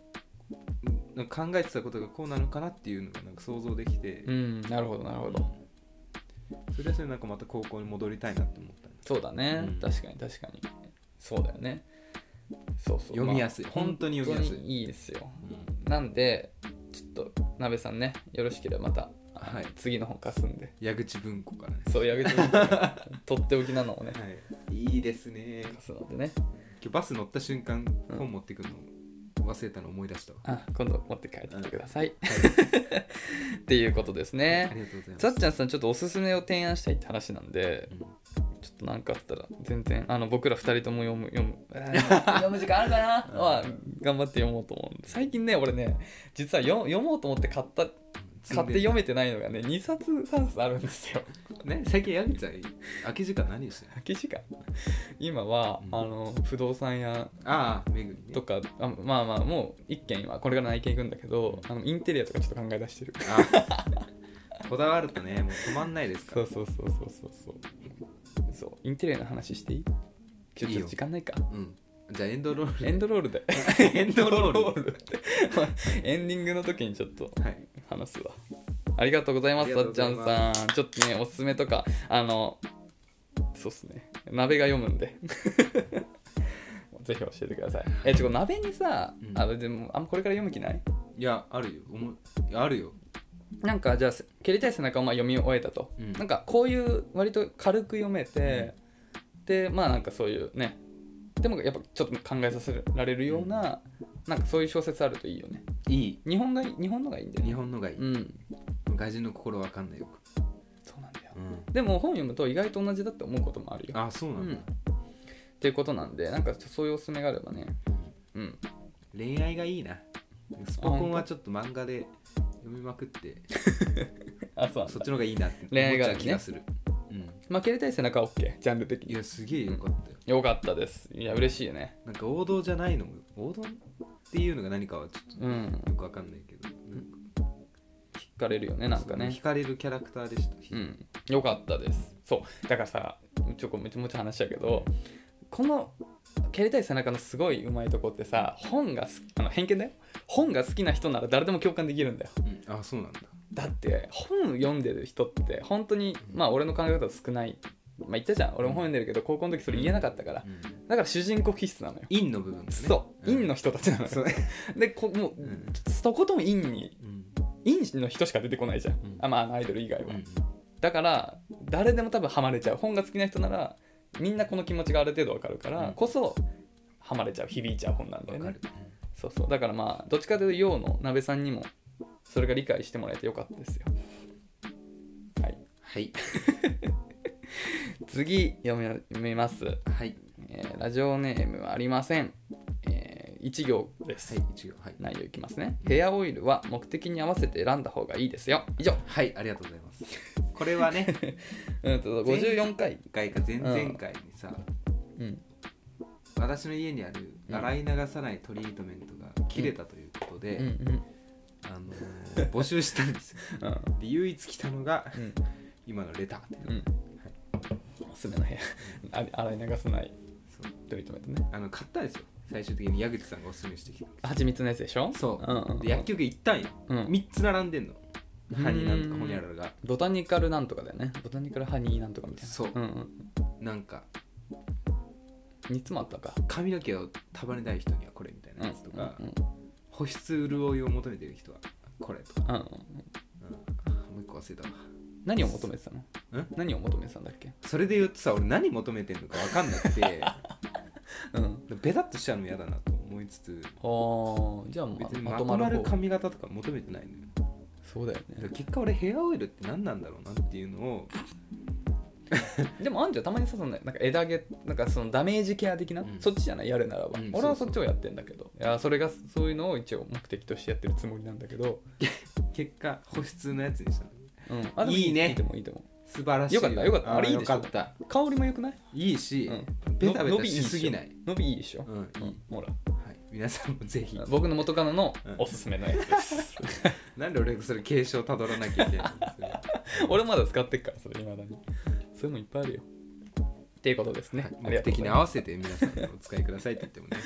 A: なんか考えてたことがこうなのかなっていうのがなんか想像できて
B: う、ん、うん、なるほどなるほど
A: それはそれでなんかまた高校に戻りたいなって思ったね
B: そうだね、
A: うん
B: 確かに確かにそうだよねそうそう
A: 読みやすい本当に読みやすい
B: 本当にいいですよなんでちょっと鍋さんねよろしければまた、
A: はい
B: 次の本貸すんで
A: 矢口文庫からね、
B: そうやげてみて とっておきなのをね
A: はい、いいですね
B: 貸すのでね
A: 今日バス乗った瞬間
B: うん
A: 本持ってくるの忘れたの思い出したわ、
B: あ今度持って帰ってきてください、っていうことです
A: あ
B: ね
A: りがとうございます
B: さっちゃんさんちょっとおすすめを提案したいって話なんで
A: うん
B: ちょっと何かあったら全然あの僕ら2人とも読む読む 読む時間あるかなは頑張って読もうと思うんで最近ね俺ね実は読読もうと思って買った買って読めてないのがね2冊3冊あるんですよ
A: ね最近矢口さん空き時間何してる
B: 空き時間今は、
A: うん
B: あの不動産屋
A: ああ巡りね
B: とかあまあまあもう一軒今これから内見行くんだけどあのインテリアとかちょっと考え出して る
A: あこだわるとねもう止まんないですか
B: そ
A: ら
B: うそうそうそうそうそうそうインテリアの話していいちょ
A: いいよ
B: ちょっと時間ないか
A: うんじゃあエンドロール
B: エンドロールで
A: エンドロール
B: エンドロってまあエンディングの時にちょっと
A: はい
B: 話すわありがとうございま
A: あ
B: す
A: り
B: さ
A: がとう
B: っ
A: ご
B: ちゃ
A: ざい
B: ん
A: ま
B: さんちょっとねおすすめとかあのそうっすね鍋が読むんで ぜひ教えてくださいえちょっと鍋にさ、
A: うん
B: あでもあんまこれから読む気ない
A: いやあるよおもいやあるよ
B: なんかじゃあ「蹴りたい背中」をまあ読み終えたと、
A: うん
B: なんかこういう割と軽く読めて、でまあなんかそういうねでもやっぱちょっと考えさせられるような,、なんかそういう小説あるといいよね
A: いい
B: 日本がいい日本のがいいんだよ
A: 日
B: ね
A: 本のがいい、
B: うん
A: 外人の心わかんないよく、
B: そうなんだよ
A: うん、
B: でも本読むと意外と同じだって思うこともあるよ
A: あそうなんだ、
B: っていうことなんでなんかそういうおすすめがあればねうん
A: 恋愛がいいなスポコンはちょっと漫画で読みまくって
B: あそう
A: そっちの方がいいなって
B: 恋
A: 思っ
B: 愛
A: ち
B: がね
A: ゃう気がする、うん
B: まあ蹴りたい背中は OK ジャンル的
A: い
B: に
A: やすげえよかったよ
B: よかったですいや嬉しいよね
A: なんか王道じゃないのも王道っていうのが何かはちょっ
B: うん
A: とよくわかんないけどなんか
B: 惹かれるよねなんかね
A: 惹かれるキャラクターでした、
B: うん、よかったですそうだからさちょこめちゃめちゃ話だけどこの「蹴りたい背中」のすごいうまいとこってさ本がすあの偏見だよ本が好きな人なら誰でも共感できるんだよ
A: うんあそうなんだ
B: だって本読んでる人って本当にまあ俺の考え方は少ないまあ言ったじゃん俺も本読んでるけど高校の時それ言えなかったから
A: うん
B: だから主人公気質なのよ
A: 陰の部分がね
B: そう陰の人たちなのよ、でこもう、
A: うん
B: とことん陰に
A: うん
B: 陰の人しか出てこないじゃん、
A: ん
B: あまあアイドル以外は、
A: うん
B: だから誰でも多分ハマれちゃう本が好きな人ならみんなこの気持ちがある程度わかるから
A: うん
B: こそハマれちゃう響いちゃう本なんだ
A: わ
B: よ
A: か
B: ね
A: る、
B: そうそうだからまあどっちかというと陽の鍋さんにもそれが理解してもらえてよかったですよはい
A: はい
B: 次読み読みます、
A: はい
B: えーラジオネームはありません、え1行です、
A: はい一応はい
B: 内容いきますねヘアオイルは目的に合わせて選んだ方がいいですよ以上
A: はいありがとうございますこれはね
B: うんと54回、
A: 一回か前々回にさ、
B: うん、
A: 私の家にある
B: うん
A: 洗い流さないトリートメントが切れたということで、
B: うんうん
A: あのー募集したんですよ
B: うん
A: で唯一来たのが
B: うん
A: 今のレターっていう
B: うん。おすすめの部屋。あ 洗い流さない
A: そう
B: トリートメントね。
A: あの買ったんですよ最終的に矢口さんがおすすめしてきた
B: 蜂蜜のやつでしょ
A: そう、
B: んうん、
A: で薬局行ったんよ、
B: うん
A: 3つ並んでんの
B: うん
A: 歯になんとかほにゃららが
B: ボタニカルなんとかだよね。ボタニカルハニーなんとかみたいな。
A: そうん
B: うん。
A: なんか
B: 3つもあったか。
A: 髪の毛を束ねたい人にはこれみたいなやつとか、
B: うんうん
A: 保湿潤いを求めてる人はこれとか、
B: うんうん
A: うん、もう一個忘れたわ
B: 何を求めてたの
A: ん
B: 何を求めてたんだっけ
A: それで言うとさ俺何求めてんのか分かんなく て
B: うん。
A: ベタっとしちゃうの嫌だなと思いつつ
B: ああ、じゃあま
A: 別に
B: ま
A: ま
B: と
A: と
B: ま
A: ま
B: る
A: る
B: 方
A: 髪型とか求めてないのよ
B: そうだよ
A: だか
B: ね
A: ら。結果俺ヘアオイルって何なんだろうなっていうのを
B: でもあんじゃんたまにさ、そのなんか枝毛、なんかそのダメージケア的な、
A: うん
B: そっちじゃないやるならば、
A: うん
B: 俺は
A: そそ
B: そうっ
A: う
B: ちをやってんだけど。いや、それが、そういうのを一応目的としてやってるつもりなんだけど。
A: 結果保湿のやつにしたの
B: うん、
A: あでもいいね
B: いいでもいいでも。
A: 素晴らしい
B: よかったよかった
A: ー
B: あれいいでしょ
A: よかった
B: 香りも良くない、
A: いいし、
B: うん
A: ベタベ
B: の
A: タしすぎない
B: 伸びいいでしょ。
A: うんいい、
B: うんほら。
A: はい、皆さんもぜひ
B: 僕の元カノの
A: うん
B: おすすめのやつ です。
A: なんで俺がそれ継承たどらなきゃいけないん ですか
B: 俺まだ使ってっから、それ未だに。そういうのいっぱいあるよ。っていうことですね。あり
A: 目
B: がとう
A: 的
B: ござ
A: に
B: い
A: 合
B: ま
A: わせて皆さんお使いくださいって言ってもね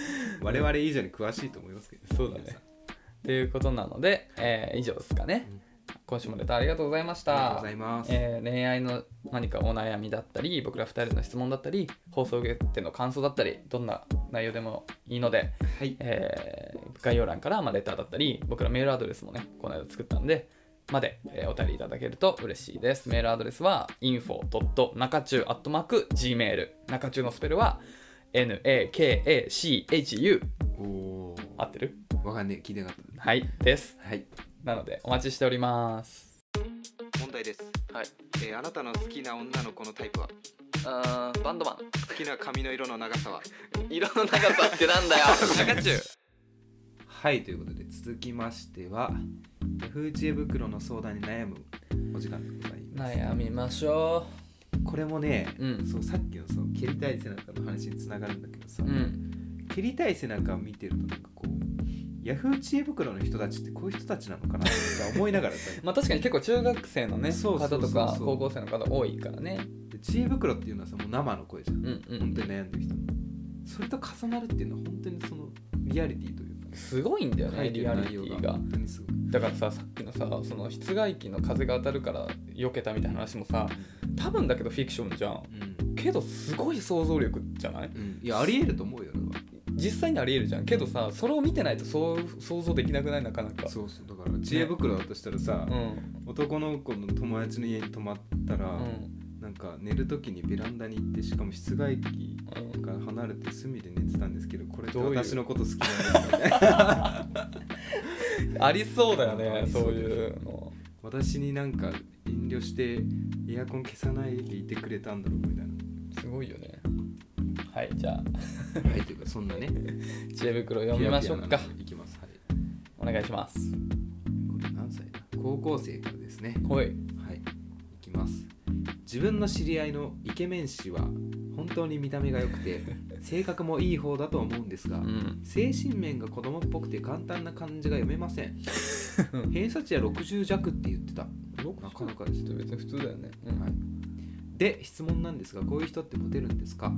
A: 我々以上に詳しいと思いますけど
B: す。そうだね。っていうことなので、えー以上ですかね。
A: うん
B: 今週もレターありがとうございまし
A: ありがとう
B: た
A: ご。ざいます、
B: えー恋愛の何かお悩みだったり僕ら2人の質問だったり放送を受けての感想だったりどんな内容でもいいので
A: はい
B: えー概要欄から、まあ、レターだったり僕らメールアドレスもねこの間作ったんでまで、えーお便りいただけると嬉しいですメールアドレスは info.nakachu.gmail 中中のスペルは nakachu
A: おお
B: 合ってる
A: わかんねえ聞いてなかっ
B: はいです
A: たはい
B: なのでお待ちしております
A: 問題です、
B: はい
A: えーあなたの好きな女の子のタイプは
B: あバンドマン
A: 好きな髪の色の長さは
B: 色の長さってなん だよ中中
A: はいということで続きましては Yahoo! 知恵袋の相談に悩むお時間でござい
B: 悩みましょ
A: これもね、
B: ううん
A: そうさっきのそう蹴りたい背中の話につながるんだけどさ、
B: うん
A: 蹴りたい背中を見てるとなんかこうヤフー知恵袋の人たちってこういう人たちなのかなってさ思いながらさ
B: まあ確かに結構中学生のね
A: そうそうそうそう
B: 方とか高校生の方多いからね
A: で知恵袋っていうのはさもう生の声じゃん
B: うんう
A: 本
B: ん
A: 当に悩んでる人それと重なるっていうのは本当にそのリアリティというか
B: すごいんだよ
A: 書
B: ね
A: いて
B: リ
A: る
B: アリテ
A: 内容
B: ィが
A: 本当にすごい
B: だからささっきのさその室外機の風が当たるから避けたみたいな話もさ多分だけどフィクションじゃん
A: うん、
B: けどすごい想像力じゃない
A: うん、いやありえると思うよ俺は
B: 実際にありえるじゃんけどさそれを見てないとそう想像できなくないなかなか
A: そうそうだから知恵袋だとしたらさ、
B: うん
A: 男の子の友達の家に泊まったら、
B: うん
A: なんか寝る時にベランダに行ってしかも室外機
B: うん
A: から離れて隅で寝てたんですけどこれって
B: どういう
A: 私のこと好きなん ですかね
B: ありそうだよ
A: あ
B: ね
A: り
B: そ
A: そうう
B: いうの
A: 私になんか遠慮してエアコン消さないでいてくれたんだろうみたい
B: すごいよねはいじゃあ
A: なはいというかそんなね
B: 知恵袋読みましょうか
A: いきますはい
B: お願いします
A: これ何歳だ高校生からですね
B: ほい
A: はいいきます自分の知り合いのイケメン氏は本当に見た目が良くて性格もいい方だと思うんですが、
B: うん
A: 精神面が子供っぽくて簡単な漢字が読めません偏差値は60弱って言ってた、は
B: な
A: な
B: か
A: か
B: な
A: な
B: か
A: か
B: です別に普通だよね、
A: い、で質問なんですがこういう人ってモテるんですか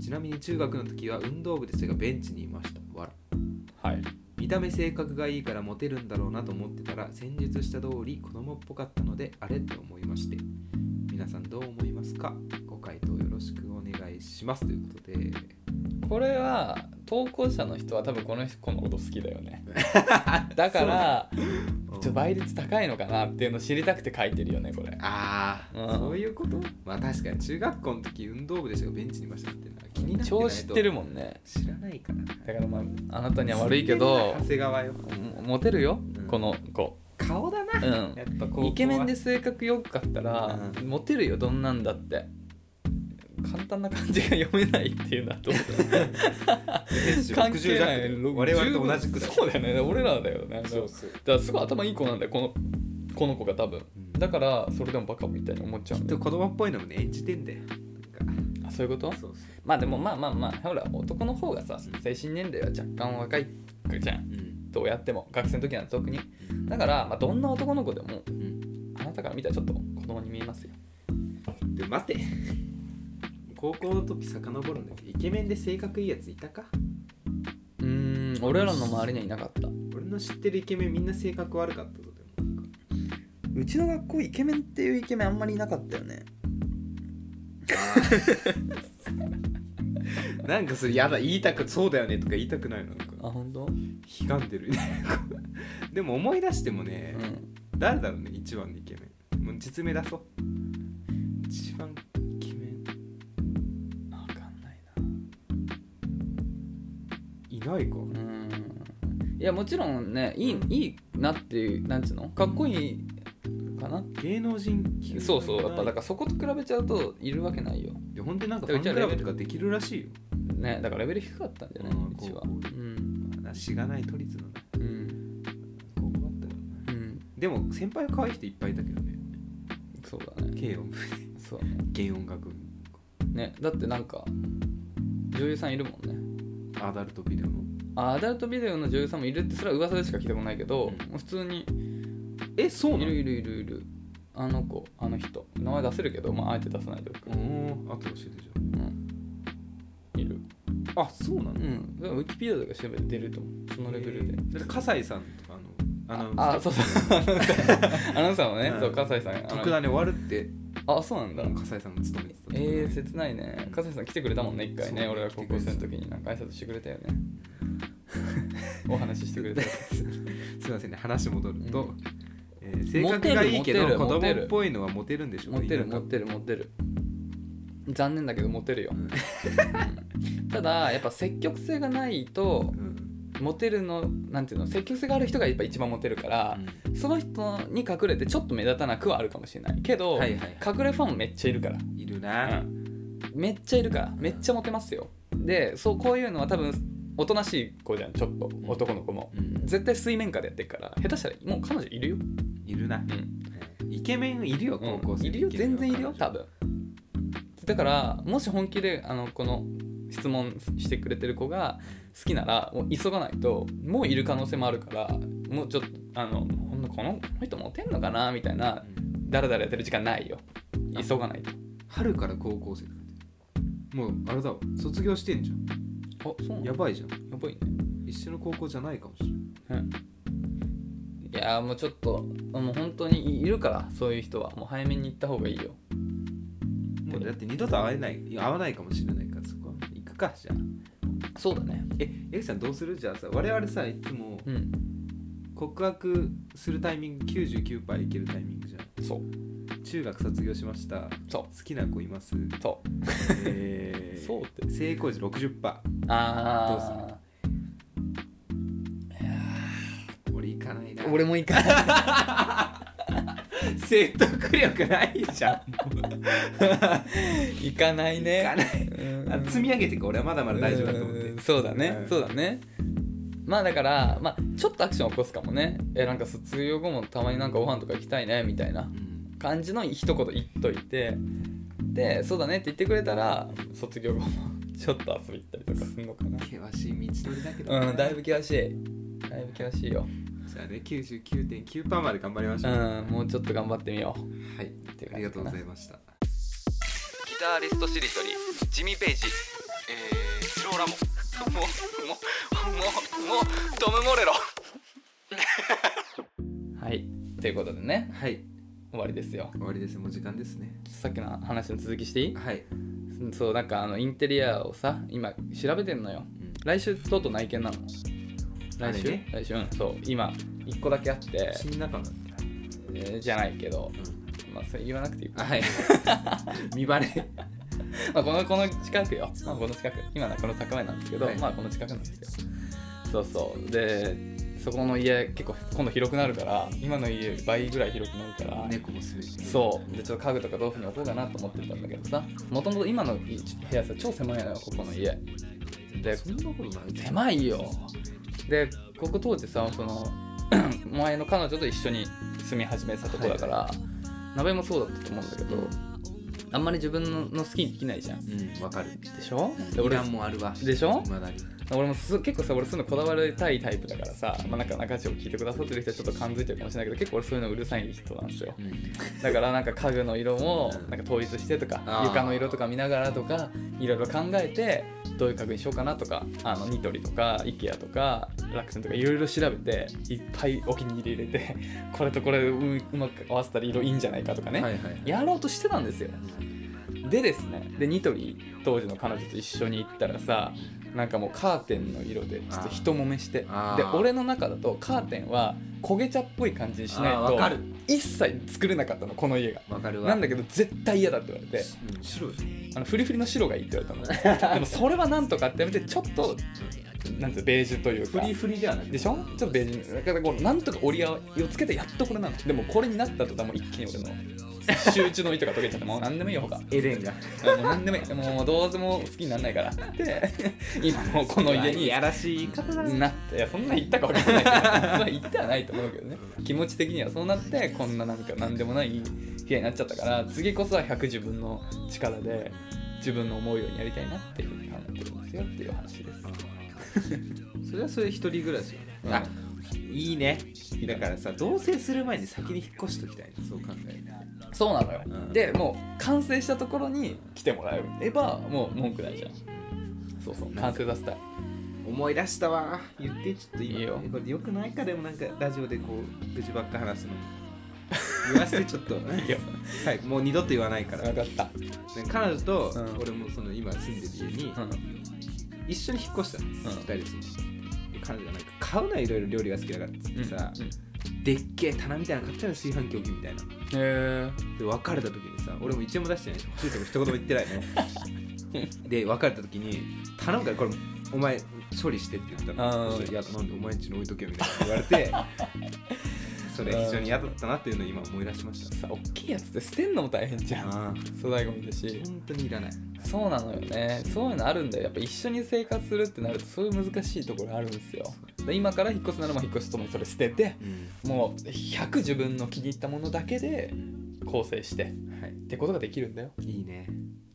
A: ちなみに中学の時は運動部ですがベンチにいましたわら
B: はい
A: 見た目性格がいいからモテるんだろうなと思ってたら先日した通り子供っぽかったのであれと思いまして皆さんどう思いますかご回答よろしくお願いしますということで
B: これは投稿者の人は多分この子のこと好きだ よねだからちょっと倍率高いのかなっていうのを知りたくて書いてるよねこれ
A: ああ、
B: うん
A: そういうことまあ確かに中学校の時運動部でしたがベンチにいましたっていうのは気になってない
B: 超
A: と
B: 知ってるもんね
A: 知らないから
B: だからまああなたには悪いけど
A: 長谷川よ
B: もモテるよ、
A: うん
B: この子
A: 顔だな、
B: うん
A: やっぱこう
B: イケメンです性格良かったら、
A: う
B: モテるよどんなんだって簡単な漢字が読めないっていうの はどうだろう関係ない
A: 我々と同じくらい
B: そうだよね俺らだよね
A: そうそう
B: だからすごい頭いい子なんだよこのこの子が多分
A: うん
B: だからそれでもバカみたいに思っちゃ
A: き
B: うん
A: っ
B: だ
A: と
B: よ
A: 子供っぽいのもね演じてんだよなん
B: あそういうこと
A: かそうそう
B: まあでもまあまあまあほら男の方がさ精神年齢は若干若いじゃん
A: うん
B: どうやっても学生の時なんて特にだから、まあ、どんな男の子でも
A: うん
B: あなたから見たらちょっと子供に見えますよ
A: で待て 高校の時遡るんだけどイケメンで性格いいやついたか
B: うーん俺らの周りにはいなかった
A: 俺の知ってるイケメンみんな性格悪かったぞでもなんか
B: うちの学校イケメンっていうイケメンあんまりいなかったよね
A: なんかそれやだ言いたくそうだよねとか言いたくないのなんか
B: あ本当？
A: 悲願でる でも思い出してもね、
B: うん
A: 誰だろうね一番のイケメンもう実名出そう一番イケメン
B: わかんないない
A: ないか
B: うーんいやもちろんねいいいいなっていうなんつうのかっこいいかな
A: 芸能人級
B: そうそうやっぱだ
A: だ
B: からそこと比べちゃうといるわけないよ
A: で本当になんかファンクラブとかできるらしいよ
B: ねだからレベル低かったんじゃない
A: うん
B: うちはう
A: こうこ
B: ん
A: まあしがない都立のね
B: うん
A: 高校だったからね
B: うん
A: でも先輩は可愛い人いっぱいいたけどね
B: そうだね
A: 軽音部
B: そうだね
A: 軽音楽部
B: ねだってなんか女優さんいるもんね
A: アダルトビデオの
B: あアダルトビデオの女優さんもいるってそれは噂でしか聞いたことないけ
A: うん
B: ど、もう普通に
A: えそ
B: いるいるいるいるあの子あの人名前出せるけどまああえて出さないでお
A: う
B: く、
A: んあと教えてじゃ
B: うんいる
A: ああそうなの
B: うんでもウィキペディアとか調べて出ると思うそのレベルで、
A: だって葛西さんとかあの
B: あ
A: あ
B: あそう そうアナウンサーもね、
A: うん
B: そう葛西さんあの
A: の特ダネ終わるって
B: あそうなんだ、
A: 葛西さんが勤めてた
B: えー、切ないね
A: うん
B: 笠井さん来てくれたもんね一回ね
A: そう
B: 俺ら高校生の時になんか挨拶してくれた よねお話ししてくれた
A: すいませんね話戻ると、
B: うん
A: えー性格がいいけ
B: モテる
A: ど子
B: モテる
A: 供っぽいのはモテるんでしょ
B: モテる
A: 田舎
B: モテるモテる残念だけどモテるよ
A: うん
B: ただやっぱ積極性がないと
A: うん
B: モテるのなんていうの積極性がある人がやっぱ一番モテるから、その人に隠れてちょっと目立たなくはあるかもしれないけど、
A: はいはい
B: 隠れファンめっちゃいるから
A: いるな
B: めっちゃいるからめっちゃモテますよでそうこういうのは多分おとなしい子じゃんちょっと男の子も
A: うん
B: 絶対水面下でやってるから下手したらもう彼女いるよ、
A: いるな
B: うん、
A: いイケメンいるよ高校生、
B: いるよ全然いるよ多
A: 分
B: 分だからもし本気であのこの質問してくれてる子が好きならもう急がないともういる可能性もあるからもうちょっとあのほんのこのこの人モテんのかなみたいなダラダラやってる時間ないよ急がないと
A: 春から高校生ってもうあれだわ卒業してんじゃ
B: あそうん
A: や
B: や
A: ばいじゃん
B: やばいね
A: 一緒の高校じゃないかもしれない
B: いやーもうちょっともう本当にいるからそういう人はもう早めに行った方がいいよ
A: もうだって二度と会えないいや会わないかもしれないからそこは行くかじゃあ
B: そうだね
A: えエキさんどうするじゃあさ我々さいつも
B: うん
A: 告白するタイミング99パーいけるタイミングじゃん
B: そう
A: 中学卒業しました
B: そ
A: 好きな子い ます
B: うそう
A: えー、
B: そうって
A: 成功時60パ
B: ああ
A: どうするー俺行かないな
B: 俺も行かない
A: 説得力ないじ ゃん
B: 行かないね
A: 行かない
B: うん
A: あ積み上げていく俺はまだまだ大丈夫だと思っ
B: う
A: て
B: んそうだね、
A: うん
B: そうだねまあだから、まあ、ちょっとアクション起こすかもねえなんか卒業後もたまになんかご飯とか行きたいねみたいな
A: うん
B: 感じの一言言っといてでそうだねって言ってくれたら卒業後も ちょっと遊び行ったりとかするのかな
A: 険しい道のりだけどな
B: うんだいぶ険しいだいぶ険しいよ
A: じゃあね99.9パーまで頑張りまし
B: う
A: ょう、
B: んもうちょっと頑張ってみよう
A: はい
B: っていう
A: あ
B: 感
A: り
B: じ
A: が
B: か
A: とう
B: な
A: ございました
B: ギタリストしりとりジミー・ペイジえー、スローラモもうもうもうもうトム・モレロ はいということでね
A: はい
B: 終わりですよ
A: 終わりですもう時間ですね
B: さっきの話の続きしていい
A: はい、
B: そうなんかあのインテリアをさ今調べてんのよ
A: うん
B: 来週とうとう内見なの来週、
A: あれね
B: 来週うんそう今1個だけあって、
A: 新仲間だっけ
B: えーじゃないけど
A: うん
B: まあそれ言わなくていい
A: あはい 見バレ
B: まあ、このこの近くよ、まあ、この近く今のはこの坂前なんですけど、
A: はい
B: まあこの近くなんですよそうそうでそこの家結構今度広くなるから今の家より倍ぐらい広くなるから、
A: 猫もすべて
B: そうでちょっと家具とかどういうふうに置こうかなと思ってたんだけどさもともと今の部屋さ超狭いのよここの家で
A: そんなことない
B: 狭いよでここ当時さその 前の彼女と一緒に住み始めてたとこだから、鍋もそうだったと思うんだけどあんまり自分のの好きにできないじゃん
A: うんわかる
B: でしょで
A: イ
B: 俺
A: ランもあるわ
B: でしょ
A: まだある
B: 俺もす結構さ俺そういうのこだわりたいタイプだからさ、まあ、なんか中地を聞いてくださってる人はちょっと感づいてるかもしれないけど結構俺そういうのうるさい人なんですよ
A: うん
B: だからなんか家具の色も
A: うん
B: なんか統一してとか
A: あー
B: 床の色とか見ながらとかいろいろ考えてどういう家具にしようかなとかあのニトリとか IKEA とか楽天とかいろいろ調べていっぱいお気に入り入れて これとこれううまく合わせたら色いいんじゃないかとかね、
A: はいはい
B: やろうとしてたんですよでですねでニトリ当時の彼女と一緒に行ったらさなんかもうカーテンの色でちょっと人揉めしてで
A: あー
B: 俺の中だとカーテンは焦げ茶っぽい感じにしない
A: あーわ
B: と
A: かる
B: 一切作れなかったのこの家が
A: わかるわ
B: なんだけど絶対嫌だって言われて
A: うん白い
B: あのフリフリの白がいいって言われ たのでもそれはなんとかってやめてちょっとなんていうのベージュという
A: フ
B: か
A: リフリではなく
B: でしょちょっとベージュだからこうなんとか折り合いをつけてやっとこれなのでもこれになった途端もう一気に俺の集中の糸が解けちゃってもう何でもいいよほか
A: エレンが
B: もう何でもいいもうどうせもう好きにならないからって言って今もうこの家
A: い
B: に
A: やらしい言い方だね
B: なっていやそんな言ったか分かんないけど まあ言ってはないと思うけどね気持ち的にはそうなってこんななんか何でもない部屋になっちゃったから次こそは100自分の力で自分の思うようにやりたいなっていうふうに考えてるんですよっていう話です
A: それはそれ一人暮らしよ
B: うん
A: あいいねだからさ同棲する前に先に引っ越しときたいなそう考える
B: そうなのよ、
A: うん
B: でもう完成したところに来てもらえばもう文句ないじゃんそうそう完成させたい
A: 思い出したわ言ってちょっと今
B: いいよ
A: これよくないかでもなんかラジオでこう愚痴ばっか話 すの言わせてちょっと
B: いいよ
A: はいもう二度と言わないから
B: 分かった、
A: ね彼女と
B: うん
A: 俺もその今住んでる家に
B: うん
A: 一緒に引っ越したの、
B: ん
A: 2人で住んでで彼女がなんか買うないろいろ料理が好きだからっつってさ、
B: うんうん
A: でっけえ棚みたいなの買ったの炊飯器置きみたいな
B: へ
A: で別れた時にさ俺も1円も出してないし欲しいとも一言も言ってない ので別れた時に頼むからこれお前処理してって言った
B: あー
A: のそしたらいやなんでお前んちに置いとけよみたいなこと 言われてそれ非常に嫌だったなっていうのを今思い出しました
B: さ大きいやつって捨てんのも大変じゃん
A: あ
B: 粗大ゴミだし
A: ー本当にいらない
B: そうなのよねそういうのあるんだよやっぱ一緒に生活するってなるとそういう難しいところあるんですよで今から引っ越すならまあ引っ越すともにそれ捨てて
A: うん
B: もう100自分の気に入ったものだけで構成して
A: はい
B: ってことができるんだよ
A: いいね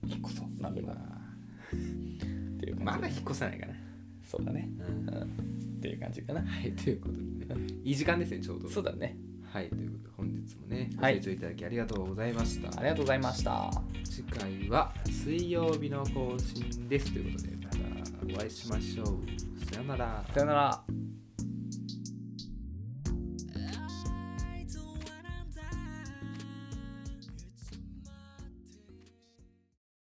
B: 引っ越そう鍋がっていう
A: ま
B: 感じ
A: だ引っ越さないかな、
B: そうだね
A: うん
B: うんっていう感じかな
A: はいということでねいい時間ですねちょうど
B: そうだね
A: はいということで本日もねご
B: はい
A: 清聴いただきありがとうございました、
B: ありがとうございました
A: 次回は水曜日の更新ですということでまたお会いしましょうさよなら
B: さよなら